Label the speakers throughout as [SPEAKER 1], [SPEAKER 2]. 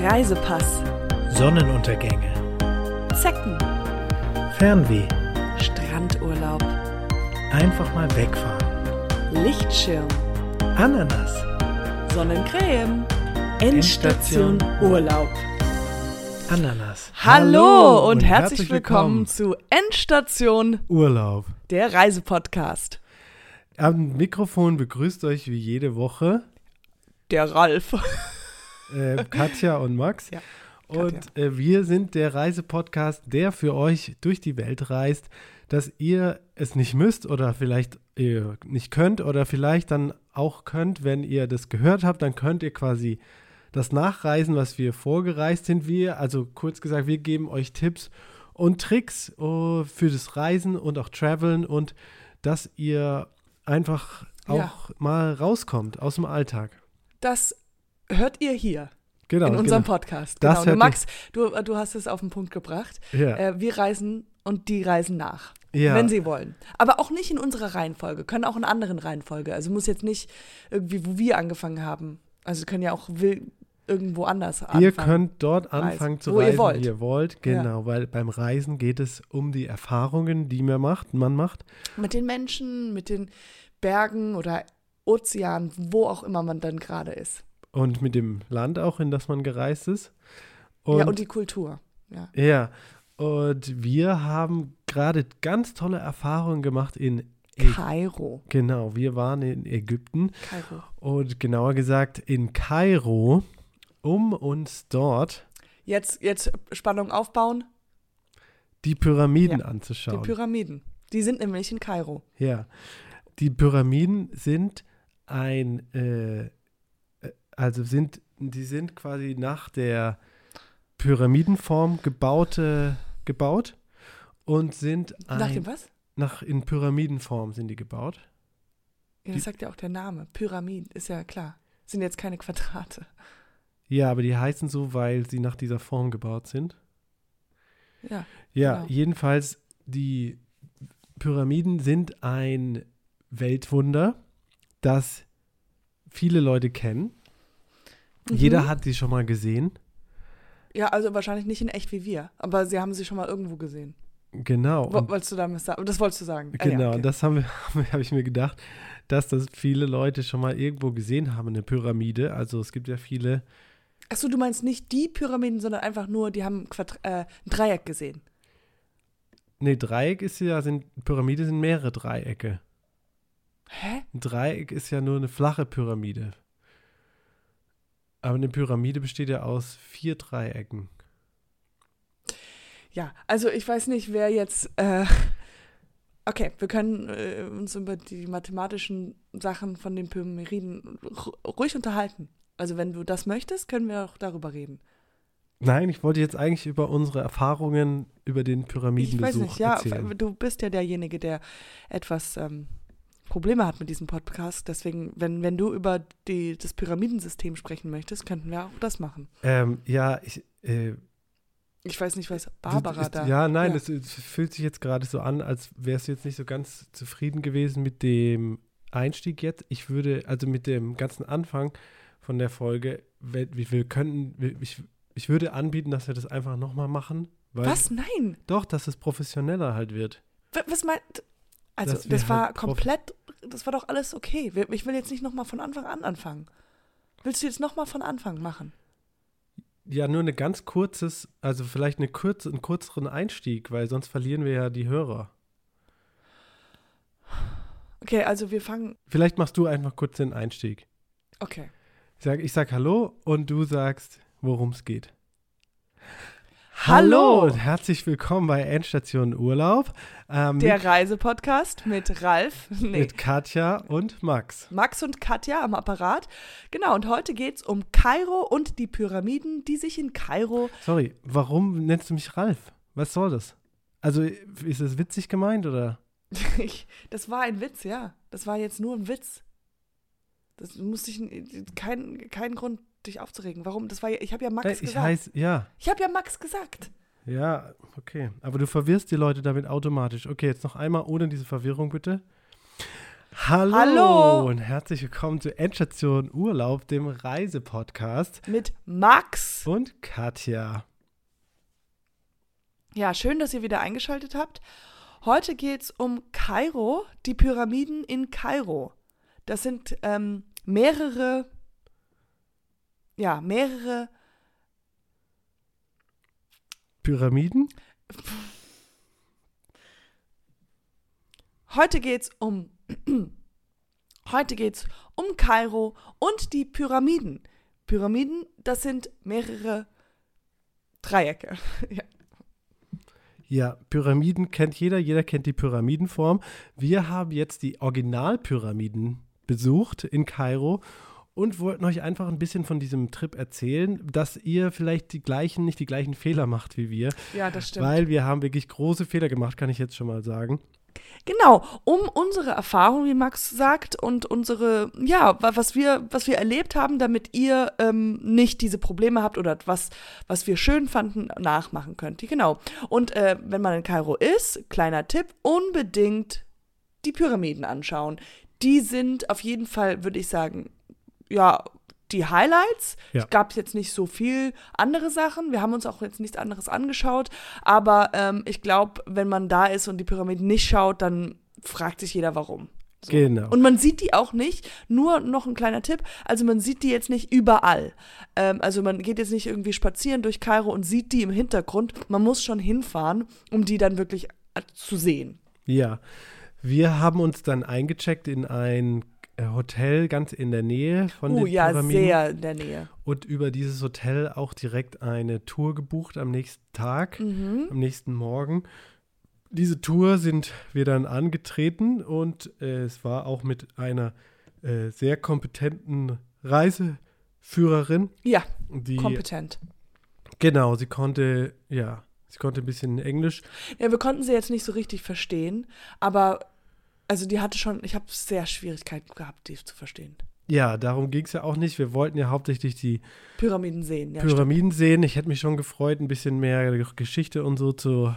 [SPEAKER 1] Reisepass,
[SPEAKER 2] Sonnenuntergänge,
[SPEAKER 1] Zecken,
[SPEAKER 2] Fernweh,
[SPEAKER 1] Strandurlaub,
[SPEAKER 2] einfach mal wegfahren,
[SPEAKER 1] Lichtschirm,
[SPEAKER 2] Ananas.
[SPEAKER 1] Sonnencreme, Endstation
[SPEAKER 2] Endstation
[SPEAKER 1] Urlaub.
[SPEAKER 2] Ananas.
[SPEAKER 1] Hallo und herzlich willkommen zu Endstation,
[SPEAKER 2] Urlaub.
[SPEAKER 1] der Reisepodcast.
[SPEAKER 2] Am Mikrofon begrüßt euch wie jede Woche
[SPEAKER 1] Der Ralf.
[SPEAKER 2] äh, Katja und Max.
[SPEAKER 1] Ja,
[SPEAKER 2] Und äh, wir sind der Reisepodcast, der für euch durch die Welt reist, dass ihr es nicht müsst oder vielleicht ihr nicht könnt oder vielleicht dann auch könnt, wenn ihr das gehört habt, dann könnt ihr quasi das nachreisen, was wir vorgereist sind. Wir, also kurz gesagt, wir geben euch Tipps und Tricks oh, für das Reisen und auch Traveln und dass ihr einfach
[SPEAKER 1] Ja.
[SPEAKER 2] auch mal rauskommt aus dem Alltag.
[SPEAKER 1] Das hört ihr hier
[SPEAKER 2] Genau.
[SPEAKER 1] in unserem
[SPEAKER 2] genau.
[SPEAKER 1] Podcast.
[SPEAKER 2] Das
[SPEAKER 1] genau.
[SPEAKER 2] hört
[SPEAKER 1] Und Max, du, du hast es auf den Punkt gebracht.
[SPEAKER 2] Ja.
[SPEAKER 1] Äh, wir reisen und die reisen nach.
[SPEAKER 2] Ja.
[SPEAKER 1] Wenn sie wollen. Aber auch nicht in unserer Reihenfolge, können auch in anderen Reihenfolge. Also muss jetzt nicht irgendwie, wo wir angefangen haben. Also können ja auch will, irgendwo anders anfangen.
[SPEAKER 2] Ihr könnt dort anfangen zu
[SPEAKER 1] Wo ihr
[SPEAKER 2] reisen,
[SPEAKER 1] wollt.
[SPEAKER 2] wie ihr wollt.
[SPEAKER 1] Ja.
[SPEAKER 2] Genau, weil beim Reisen geht es um die Erfahrungen, die man macht, man macht.
[SPEAKER 1] Mit den Menschen, mit den Bergen oder Ozeanen, wo auch immer man dann gerade ist.
[SPEAKER 2] Und mit dem Land auch, in das man gereist ist. Und,
[SPEAKER 1] ja, und die Kultur. Ja.
[SPEAKER 2] ja. und wir haben gerade ganz tolle Erfahrungen gemacht in Ä
[SPEAKER 1] Kairo.
[SPEAKER 2] Genau, wir waren in Ägypten
[SPEAKER 1] Kairo.
[SPEAKER 2] und genauer gesagt in Kairo, um uns dort
[SPEAKER 1] Jetzt, jetzt Spannung aufbauen,
[SPEAKER 2] die Pyramiden
[SPEAKER 1] Ja,
[SPEAKER 2] anzuschauen.
[SPEAKER 1] die Pyramiden. Die sind nämlich in Kairo.
[SPEAKER 2] Ja. Die Pyramiden sind ein, äh, äh, also sind, die sind quasi nach der Pyramidenform gebaute, gebaut und sind ein,
[SPEAKER 1] Nach dem was?
[SPEAKER 2] nach in Pyramidenform sind die gebaut.
[SPEAKER 1] Ja,
[SPEAKER 2] Die-
[SPEAKER 1] das sagt ja auch der Name. Pyramid, ist ja klar. Sind jetzt keine Quadrate.
[SPEAKER 2] Ja, aber die heißen so, weil sie nach dieser Form gebaut sind.
[SPEAKER 1] Ja.
[SPEAKER 2] Ja,
[SPEAKER 1] Genau.
[SPEAKER 2] jedenfalls die Pyramiden sind ein Weltwunder, das viele Leute kennen.
[SPEAKER 1] Mhm.
[SPEAKER 2] Jeder hat die schon mal gesehen.
[SPEAKER 1] Ja, also wahrscheinlich nicht in echt wie wir, aber sie haben sie schon mal irgendwo gesehen.
[SPEAKER 2] Genau.
[SPEAKER 1] Wo-
[SPEAKER 2] Und,
[SPEAKER 1] wolltest du damit sagen? Das wolltest du sagen. Ah,
[SPEAKER 2] genau,
[SPEAKER 1] ja, okay.
[SPEAKER 2] und das haben wir, habe ich mir gedacht, dass das viele Leute schon mal irgendwo gesehen haben, eine Pyramide. Also es gibt ja viele.
[SPEAKER 1] Achso, du meinst nicht die Pyramiden, sondern einfach nur, die haben Quadra äh, ein Dreieck gesehen.
[SPEAKER 2] Nee, Dreieck ist ja, sind Pyramide sind mehrere Dreiecke.
[SPEAKER 1] Hä?
[SPEAKER 2] Ein Dreieck ist ja nur eine flache Pyramide. Aber eine Pyramide besteht ja aus vier Dreiecken.
[SPEAKER 1] Ja, also ich weiß nicht, wer jetzt. Äh, okay, wir können äh, uns über die mathematischen Sachen von den Pyramiden ru- ruhig unterhalten. Also wenn du das möchtest, können wir auch darüber reden.
[SPEAKER 2] Nein, ich wollte jetzt eigentlich über unsere Erfahrungen über den
[SPEAKER 1] Ich
[SPEAKER 2] Pyramidenbesuch
[SPEAKER 1] weiß nicht, ja,
[SPEAKER 2] erzählen.
[SPEAKER 1] du bist ja derjenige, der etwas ähm, Probleme hat mit diesem Podcast. Deswegen, wenn, wenn du über die, das Pyramidensystem sprechen möchtest, könnten wir auch das machen.
[SPEAKER 2] Ähm, ja, ich, äh,
[SPEAKER 1] Ich weiß nicht, was
[SPEAKER 2] Das
[SPEAKER 1] Barbara
[SPEAKER 2] ist,
[SPEAKER 1] da.
[SPEAKER 2] Ja, nein,
[SPEAKER 1] Ja.
[SPEAKER 2] Es, es fühlt sich jetzt gerade so an, als wärst du jetzt nicht so ganz zufrieden gewesen mit dem Einstieg jetzt. Ich würde, also mit dem ganzen Anfang von der Folge, wenn- wir, wir könnten, wir- ich, ich würde anbieten, dass wir das einfach nochmal machen. Weil,
[SPEAKER 1] Was? Nein!
[SPEAKER 2] Doch, dass es professioneller halt wird.
[SPEAKER 1] Wa- Was meint. Also,
[SPEAKER 2] Dass wir
[SPEAKER 1] das war
[SPEAKER 2] halt drauf-
[SPEAKER 1] komplett. Das war doch alles okay. Wir- Ich will jetzt nicht nochmal von Anfang an anfangen. Willst du jetzt nochmal von Anfang machen?
[SPEAKER 2] Ja, nur eine ganz kurzes, also vielleicht eine kurze, einen kürzeren Einstieg, weil sonst verlieren wir ja die Hörer.
[SPEAKER 1] Okay, also wir fangen.
[SPEAKER 2] Vielleicht machst du einfach kurz den Einstieg.
[SPEAKER 1] Okay.
[SPEAKER 2] Ich sag, ich sag Hallo und du sagst, worum es geht.
[SPEAKER 1] Hallo!
[SPEAKER 2] und herzlich willkommen bei Endstation Urlaub ähm,
[SPEAKER 1] Der
[SPEAKER 2] mit,
[SPEAKER 1] Reisepodcast mit Ralf. Nee.
[SPEAKER 2] mit Katja und Max.
[SPEAKER 1] Max und Katja am Apparat. Genau, und heute geht es um Kairo und die Pyramiden, die sich in Kairo.
[SPEAKER 2] Sorry, warum nennst du mich Ralf? Was soll das? Also ist das witzig gemeint oder?
[SPEAKER 1] Ich, das war ein Witz, ja. Das war jetzt nur ein Witz. Das musste ich kein, kein Grund, dich aufzuregen. Warum? Das war ja- ich habe ja Max
[SPEAKER 2] Äh, ich
[SPEAKER 1] gesagt.
[SPEAKER 2] heiße, ja,
[SPEAKER 1] ich habe ja Max gesagt.
[SPEAKER 2] ja, okay. Aber du verwirrst die Leute damit automatisch. Okay, jetzt noch einmal ohne diese Verwirrung bitte. Hallo,
[SPEAKER 1] Hallo.
[SPEAKER 2] und herzlich willkommen zu Endstation Urlaub, dem Reisepodcast
[SPEAKER 1] mit Max.
[SPEAKER 2] und Katja.
[SPEAKER 1] Ja, schön, dass ihr wieder eingeschaltet habt. Heute geht es um Kairo, die Pyramiden in Kairo. Das sind ähm, mehrere, ja, mehrere,
[SPEAKER 2] Pyramiden?
[SPEAKER 1] heute geht es um, heute geht es um Kairo und die Pyramiden. Pyramiden, das sind mehrere Dreiecke. Ja.
[SPEAKER 2] Ja, Pyramiden kennt jeder, jeder kennt die Pyramidenform. Wir haben jetzt die Originalpyramiden besucht in Kairo und wollten euch einfach ein bisschen von diesem Trip erzählen, dass ihr vielleicht die gleichen, nicht die gleichen Fehler macht wie wir,
[SPEAKER 1] ja, das stimmt.
[SPEAKER 2] weil wir haben wirklich große Fehler gemacht, kann ich jetzt schon mal sagen.
[SPEAKER 1] Genau, um unsere Erfahrung, wie Max sagt, und unsere, ja, wa- was wir, was wir erlebt haben, damit ihr ähm, nicht diese Probleme habt oder was, was wir schön fanden, nachmachen könnt. Genau. Und äh, wenn man in Kairo ist, kleiner Tipp, unbedingt die Pyramiden anschauen. Die sind auf jeden Fall, würde ich sagen, ja, die Highlights.
[SPEAKER 2] Ja.
[SPEAKER 1] Es gab jetzt nicht so viel andere Sachen. Wir haben uns auch jetzt nichts anderes angeschaut. Aber ähm, ich glaube, wenn man da ist und die Pyramiden nicht schaut, dann fragt sich jeder, warum. So.
[SPEAKER 2] Genau.
[SPEAKER 1] Und man sieht die auch nicht, nur noch ein kleiner Tipp, also man sieht die jetzt nicht überall. Ähm, also man geht jetzt nicht irgendwie spazieren durch Kairo und sieht die im Hintergrund. Man muss schon hinfahren, um die dann wirklich äh, zu sehen.
[SPEAKER 2] Ja, wir haben uns dann eingecheckt in ein äh, Hotel ganz in der Nähe von
[SPEAKER 1] Oh
[SPEAKER 2] den
[SPEAKER 1] ja,
[SPEAKER 2] Pyramiden
[SPEAKER 1] sehr in der Nähe.
[SPEAKER 2] und über dieses Hotel auch direkt eine Tour gebucht am nächsten Tag, am nächsten Morgen. Diese Tour sind wir dann angetreten und äh, es war auch mit einer äh, sehr kompetenten Reiseführerin,
[SPEAKER 1] Ja,
[SPEAKER 2] die
[SPEAKER 1] kompetent.
[SPEAKER 2] genau, sie konnte ja, sie konnte ein bisschen Englisch.
[SPEAKER 1] Ja, wir konnten sie jetzt nicht so richtig verstehen, aber also die hatte schon, ich habe sehr Schwierigkeiten gehabt, die zu verstehen.
[SPEAKER 2] Ja, darum ging es ja auch nicht. Wir wollten ja hauptsächlich die
[SPEAKER 1] Pyramiden sehen, ja.
[SPEAKER 2] Pyramiden sehen. Ich hätte mich schon gefreut, ein bisschen mehr Geschichte und so zu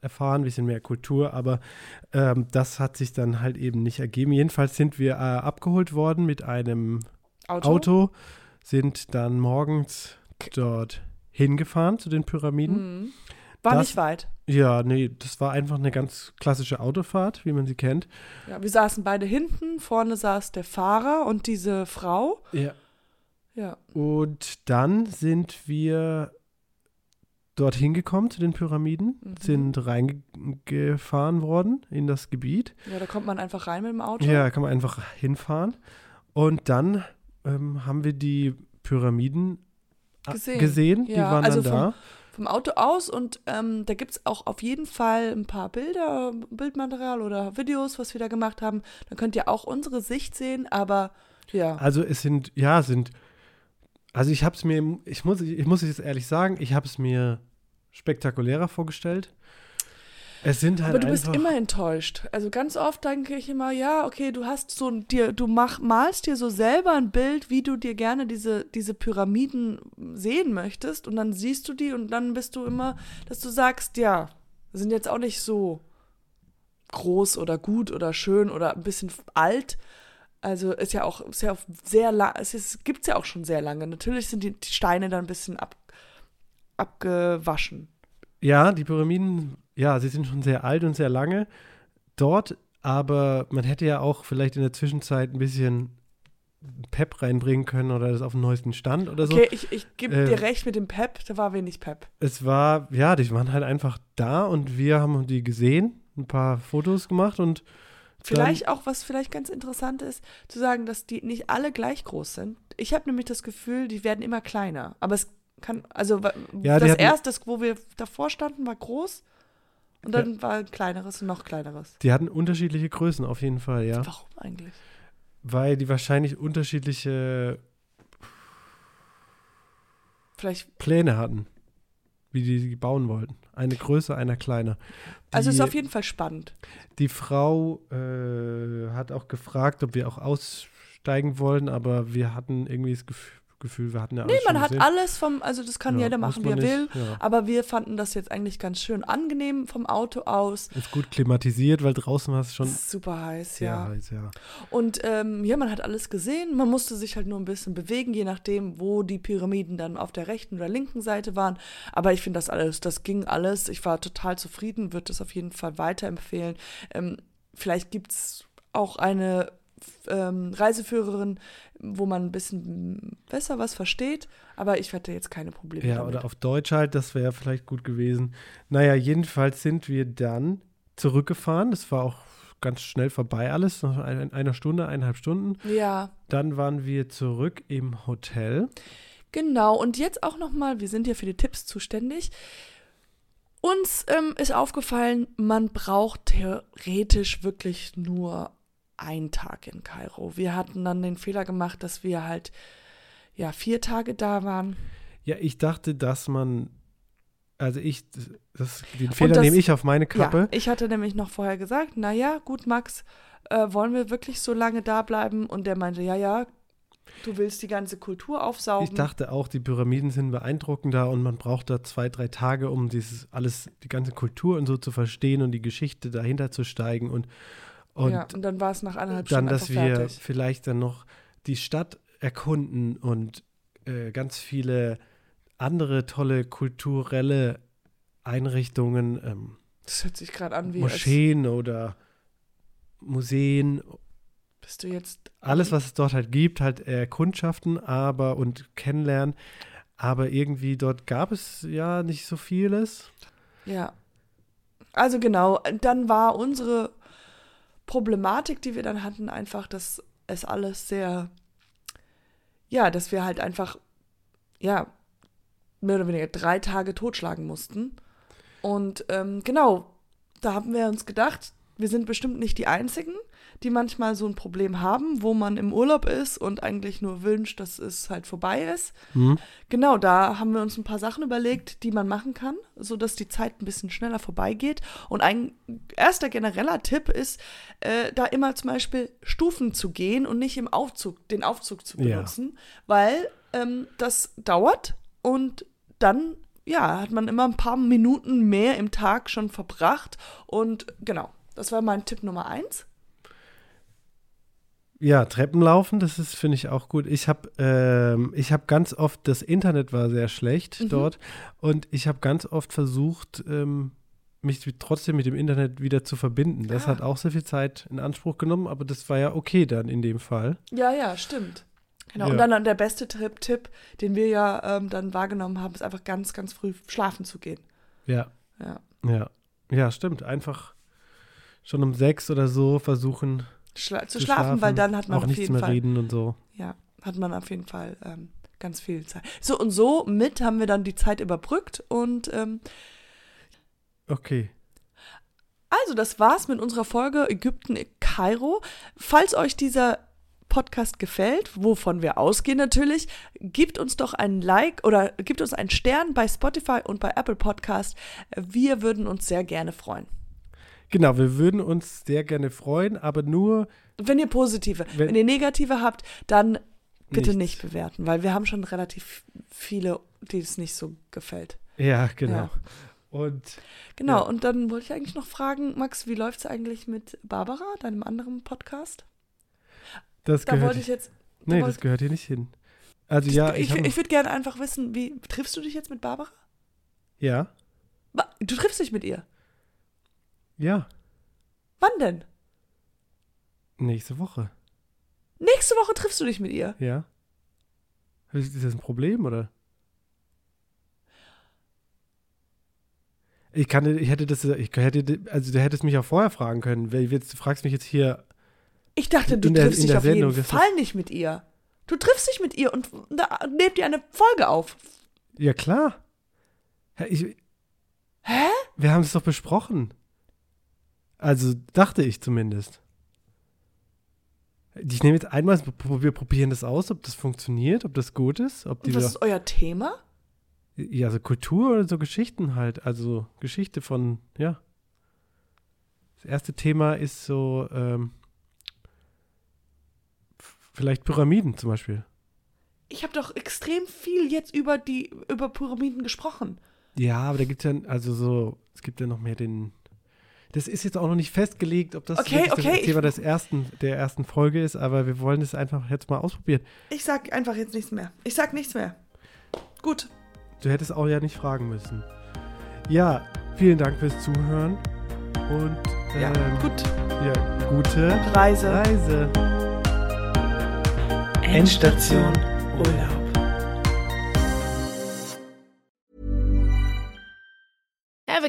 [SPEAKER 2] erfahren, ein bisschen mehr Kultur, aber ähm, das hat sich dann halt eben nicht ergeben. Jedenfalls sind wir äh, abgeholt worden mit einem
[SPEAKER 1] Auto.
[SPEAKER 2] Auto, sind dann morgens dort hingefahren zu den Pyramiden.
[SPEAKER 1] Mhm. War
[SPEAKER 2] Das-
[SPEAKER 1] nicht weit.
[SPEAKER 2] Ja, nee, das war einfach eine ganz klassische Autofahrt, wie man sie kennt.
[SPEAKER 1] Ja, wir saßen beide hinten, vorne saß der Fahrer und diese Frau.
[SPEAKER 2] Ja.
[SPEAKER 1] Ja.
[SPEAKER 2] Und dann sind wir dorthin gekommen zu den Pyramiden,
[SPEAKER 1] Mhm.
[SPEAKER 2] sind reingefahren worden in das Gebiet.
[SPEAKER 1] Ja, da kommt man einfach rein mit dem Auto.
[SPEAKER 2] Ja, kann man einfach hinfahren. Und dann ähm, haben wir die Pyramiden a-
[SPEAKER 1] Gesehen.
[SPEAKER 2] gesehen. die
[SPEAKER 1] Ja,
[SPEAKER 2] waren
[SPEAKER 1] also
[SPEAKER 2] dann
[SPEAKER 1] vom-
[SPEAKER 2] da.
[SPEAKER 1] Vom Auto aus und ähm, da gibt es auch auf jeden Fall ein paar Bilder, Bildmaterial oder Videos, was wir da gemacht haben. Dann könnt ihr auch unsere Sicht sehen, aber ja.
[SPEAKER 2] Also es sind, ja, es sind, also ich habe es mir, im- ich muss, ich muss es jetzt ehrlich sagen, ich habe es mir spektakulärer vorgestellt. Es sind halt
[SPEAKER 1] Aber du
[SPEAKER 2] einfach,
[SPEAKER 1] bist immer enttäuscht. Also ganz oft denke ich immer, ja, okay, du hast so ein dir, du mach, malst dir so selber ein Bild, wie du dir gerne diese, diese Pyramiden sehen möchtest und dann siehst du die und dann bist du immer, dass du sagst, ja, sind jetzt auch nicht so groß oder gut oder schön oder ein bisschen alt. Also ist ja auch ist ja auch sehr lang, es ist, gibt's ja auch schon sehr lange. Natürlich sind die, die Steine dann ein bisschen ab, abgewaschen.
[SPEAKER 2] Ja, die Pyramiden, ja, sie sind schon sehr alt und sehr lange dort, aber man hätte ja auch vielleicht in der Zwischenzeit ein bisschen Pep reinbringen können oder das auf den neuesten Stand oder so.
[SPEAKER 1] Okay, ich, ich gebe
[SPEAKER 2] äh,
[SPEAKER 1] dir recht mit dem Pep, da war wenig Pep.
[SPEAKER 2] Es war, ja, die waren halt einfach da und wir haben die gesehen, ein paar Fotos gemacht und
[SPEAKER 1] Vielleicht auch, was vielleicht ganz interessant ist, zu sagen, dass die nicht alle gleich groß sind. Ich habe nämlich das Gefühl, die werden immer kleiner. Aber es kann, also wa-
[SPEAKER 2] Ja, die
[SPEAKER 1] das
[SPEAKER 2] hatten-
[SPEAKER 1] erste, das, wo wir davor standen, war groß und dann war ein kleineres und noch kleineres.
[SPEAKER 2] die hatten unterschiedliche Größen auf jeden Fall, ja.
[SPEAKER 1] Warum eigentlich?
[SPEAKER 2] Weil die wahrscheinlich unterschiedliche
[SPEAKER 1] Vielleicht,
[SPEAKER 2] Pläne hatten, wie die sie bauen wollten. Eine Größe, einer kleiner.
[SPEAKER 1] also es ist
[SPEAKER 2] Die-
[SPEAKER 1] auf jeden Fall spannend.
[SPEAKER 2] Die Frau äh, hat auch gefragt, ob wir auch aussteigen wollen, aber wir hatten irgendwie das Gef- Gefühl, wir hatten ja
[SPEAKER 1] Nee,
[SPEAKER 2] alles
[SPEAKER 1] man
[SPEAKER 2] schon
[SPEAKER 1] hat
[SPEAKER 2] gesehen.
[SPEAKER 1] alles vom, also das kann
[SPEAKER 2] Ja,
[SPEAKER 1] jeder
[SPEAKER 2] muss
[SPEAKER 1] machen, wie er
[SPEAKER 2] man
[SPEAKER 1] will.
[SPEAKER 2] nicht, ja.
[SPEAKER 1] Aber wir fanden das jetzt eigentlich ganz schön angenehm vom Auto aus.
[SPEAKER 2] Ist gut klimatisiert, weil draußen war es schon
[SPEAKER 1] Super heiß,
[SPEAKER 2] sehr
[SPEAKER 1] ja.
[SPEAKER 2] heiß, ja.
[SPEAKER 1] Und ähm, ja, man hat alles gesehen. Man musste sich halt nur ein bisschen bewegen, je nachdem, wo die Pyramiden dann auf der rechten oder linken Seite waren. Aber ich finde das alles, das ging alles. Ich war total zufrieden, würde das auf jeden Fall weiterempfehlen. Ähm, vielleicht gibt es auch eine f- ähm, Reiseführerin, wo man ein bisschen besser was versteht. Aber ich hatte jetzt keine Probleme
[SPEAKER 2] Ja,
[SPEAKER 1] damit.
[SPEAKER 2] oder auf Deutsch halt, das wäre vielleicht gut gewesen. Naja, jedenfalls sind wir dann zurückgefahren. Das war auch ganz schnell vorbei alles, nach ein- einer Stunde, eineinhalb Stunden.
[SPEAKER 1] ja.
[SPEAKER 2] Dann waren wir zurück im Hotel.
[SPEAKER 1] Genau, und jetzt auch nochmal, wir sind ja für die Tipps zuständig. Uns ähm, ist aufgefallen, man braucht theoretisch wirklich nur einen Tag in Kairo. Wir hatten dann den Fehler gemacht, dass wir halt ja vier Tage da waren.
[SPEAKER 2] Ja, ich dachte, dass man, also ich, das, den Fehler
[SPEAKER 1] das-
[SPEAKER 2] nehme ich auf meine Kappe.
[SPEAKER 1] Ja, ich hatte nämlich noch vorher gesagt, naja, gut, Max, äh, wollen wir wirklich so lange da bleiben? Und der meinte, ja, ja, du willst die ganze Kultur aufsaugen.
[SPEAKER 2] Ich dachte auch, die Pyramiden sind beeindruckender und man braucht da zwei, drei Tage, um dieses alles, die ganze Kultur und so zu verstehen und die Geschichte dahinter zu steigen und, und
[SPEAKER 1] ja, und dann war es nach anderthalb
[SPEAKER 2] dann,
[SPEAKER 1] Stunden
[SPEAKER 2] dass
[SPEAKER 1] einfach
[SPEAKER 2] wir
[SPEAKER 1] fertig.
[SPEAKER 2] vielleicht dann noch die Stadt erkunden und äh, ganz viele andere tolle kulturelle Einrichtungen, ähm,
[SPEAKER 1] Das hört sich gerade an wie, als
[SPEAKER 2] Moscheen oder Museen,
[SPEAKER 1] bist du jetzt
[SPEAKER 2] alles, was es dort halt gibt, halt erkundschaften, aber und kennenlernen. Aber irgendwie dort gab es ja nicht so vieles.
[SPEAKER 1] Ja. Also genau, dann war unsere Problematik, die wir dann hatten, einfach, dass es alles sehr, ja, dass wir halt einfach, ja, mehr oder weniger drei Tage totschlagen mussten. Und ähm, genau, da haben wir uns gedacht, wir sind bestimmt nicht die Einzigen, die manchmal so ein Problem haben, wo man im Urlaub ist und eigentlich nur wünscht, dass es halt vorbei ist. Genau, da haben wir uns ein paar Sachen überlegt, die man machen kann, sodass die Zeit ein bisschen schneller vorbeigeht. Und ein erster genereller Tipp ist, äh, da immer zum Beispiel Stufen zu gehen und nicht im Aufzug, den Aufzug zu
[SPEAKER 2] Ja.
[SPEAKER 1] benutzen, weil ähm, das dauert und dann ja, hat man immer ein paar Minuten mehr im Tag schon verbracht. Und genau, das war mein Tipp Nummer eins.
[SPEAKER 2] Ja, Treppenlaufen, das ist, finde ich, auch gut. Ich habe ähm, ich hab ganz oft, das Internet war sehr schlecht dort und ich habe ganz oft versucht, ähm, mich wie- trotzdem mit dem Internet wieder zu verbinden. Das
[SPEAKER 1] Ah.
[SPEAKER 2] hat auch sehr viel Zeit in Anspruch genommen, aber das war ja okay dann in dem Fall.
[SPEAKER 1] Ja, ja, stimmt. Genau.
[SPEAKER 2] Ja.
[SPEAKER 1] Und dann der beste Tipp, Tipp, den wir ja ähm, dann wahrgenommen haben, ist einfach ganz, ganz früh schlafen zu gehen.
[SPEAKER 2] Ja.
[SPEAKER 1] Ja.
[SPEAKER 2] Ja, ja stimmt. Einfach schon um sechs oder so versuchen
[SPEAKER 1] Schla zu schlafen, weil dann hat man
[SPEAKER 2] auch
[SPEAKER 1] auf
[SPEAKER 2] nichts
[SPEAKER 1] jeden
[SPEAKER 2] mehr
[SPEAKER 1] Fall.
[SPEAKER 2] reden und so.
[SPEAKER 1] Ja, hat man auf jeden Fall ähm, ganz viel Zeit. So und so mit haben wir dann die Zeit überbrückt und ähm,
[SPEAKER 2] Okay.
[SPEAKER 1] Also, das war's mit unserer Folge Ägypten, Kairo. Falls euch dieser Podcast gefällt, wovon wir ausgehen natürlich, gebt uns doch ein Like oder gebt uns einen Stern bei Spotify und bei Apple Podcast. Wir würden uns sehr gerne freuen.
[SPEAKER 2] Genau, wir würden uns sehr gerne freuen, aber nur,
[SPEAKER 1] Wenn ihr positive, wenn,
[SPEAKER 2] Wenn-
[SPEAKER 1] ihr negative habt, dann bitte nicht.
[SPEAKER 2] Nichts.
[SPEAKER 1] bewerten, weil wir haben schon relativ viele, die es nicht so gefällt.
[SPEAKER 2] ja, genau.
[SPEAKER 1] Ja.
[SPEAKER 2] Und
[SPEAKER 1] Genau,
[SPEAKER 2] Ja.
[SPEAKER 1] und dann wollte ich eigentlich noch fragen, Max, wie läuft's eigentlich mit Barbara, deinem anderen Podcast?
[SPEAKER 2] das
[SPEAKER 1] Da
[SPEAKER 2] gehört.
[SPEAKER 1] wollte ich jetzt
[SPEAKER 2] nee,
[SPEAKER 1] wollte-
[SPEAKER 2] das gehört hier nicht hin. Also
[SPEAKER 1] Das-
[SPEAKER 2] ja, ich,
[SPEAKER 1] ich
[SPEAKER 2] hab
[SPEAKER 1] ich,
[SPEAKER 2] noch-
[SPEAKER 1] würde gerne einfach wissen, wie triffst du dich jetzt mit Barbara?
[SPEAKER 2] ja,
[SPEAKER 1] Wa- Du triffst dich mit ihr.
[SPEAKER 2] ja,
[SPEAKER 1] Wann denn?
[SPEAKER 2] nächste Woche,
[SPEAKER 1] Nächste Woche triffst du dich mit ihr.
[SPEAKER 2] ja. Ist ist das ein Problem oder? Ich kann, ich hätte das, ich hätte, also du hättest mich ja vorher fragen können. Weil jetzt- Du fragst mich jetzt hier
[SPEAKER 1] Ich dachte, du
[SPEAKER 2] In der-
[SPEAKER 1] triffst
[SPEAKER 2] in
[SPEAKER 1] dich
[SPEAKER 2] der
[SPEAKER 1] auf jeden
[SPEAKER 2] Sendung ist das-
[SPEAKER 1] Fall nicht mit ihr. Du triffst dich mit ihr und da nehmt ihr eine Folge auf.
[SPEAKER 2] Ja, klar. Hä, Ich,
[SPEAKER 1] Hä?
[SPEAKER 2] wir haben es doch besprochen. Also dachte ich zumindest. Ich nehme jetzt einmal, wir probieren das aus, ob das funktioniert, ob das gut ist, ob die
[SPEAKER 1] Und was ist euer Thema?
[SPEAKER 2] ja so Kultur oder so Geschichten halt, also Geschichte von ja. Das erste Thema ist so ähm, f- vielleicht Pyramiden zum Beispiel.
[SPEAKER 1] ich habe doch extrem viel jetzt über die über Pyramiden gesprochen.
[SPEAKER 2] Ja, aber da gibt es ja, also so, es gibt ja noch mehr den. Das ist jetzt auch noch nicht festgelegt, ob das
[SPEAKER 1] Okay,
[SPEAKER 2] wirklich
[SPEAKER 1] okay,
[SPEAKER 2] das
[SPEAKER 1] ich-
[SPEAKER 2] Thema des ersten, der ersten Folge ist, aber wir wollen es einfach jetzt mal ausprobieren.
[SPEAKER 1] Ich sag einfach jetzt nichts mehr. Ich sag nichts mehr. Gut.
[SPEAKER 2] Du hättest auch ja nicht fragen müssen. Ja, vielen Dank fürs Zuhören und
[SPEAKER 1] Ja,
[SPEAKER 2] ähm,
[SPEAKER 1] gut.
[SPEAKER 2] ja, gute
[SPEAKER 1] Reise.
[SPEAKER 2] Reise.
[SPEAKER 1] Endstation Urlaub.
[SPEAKER 3] Ever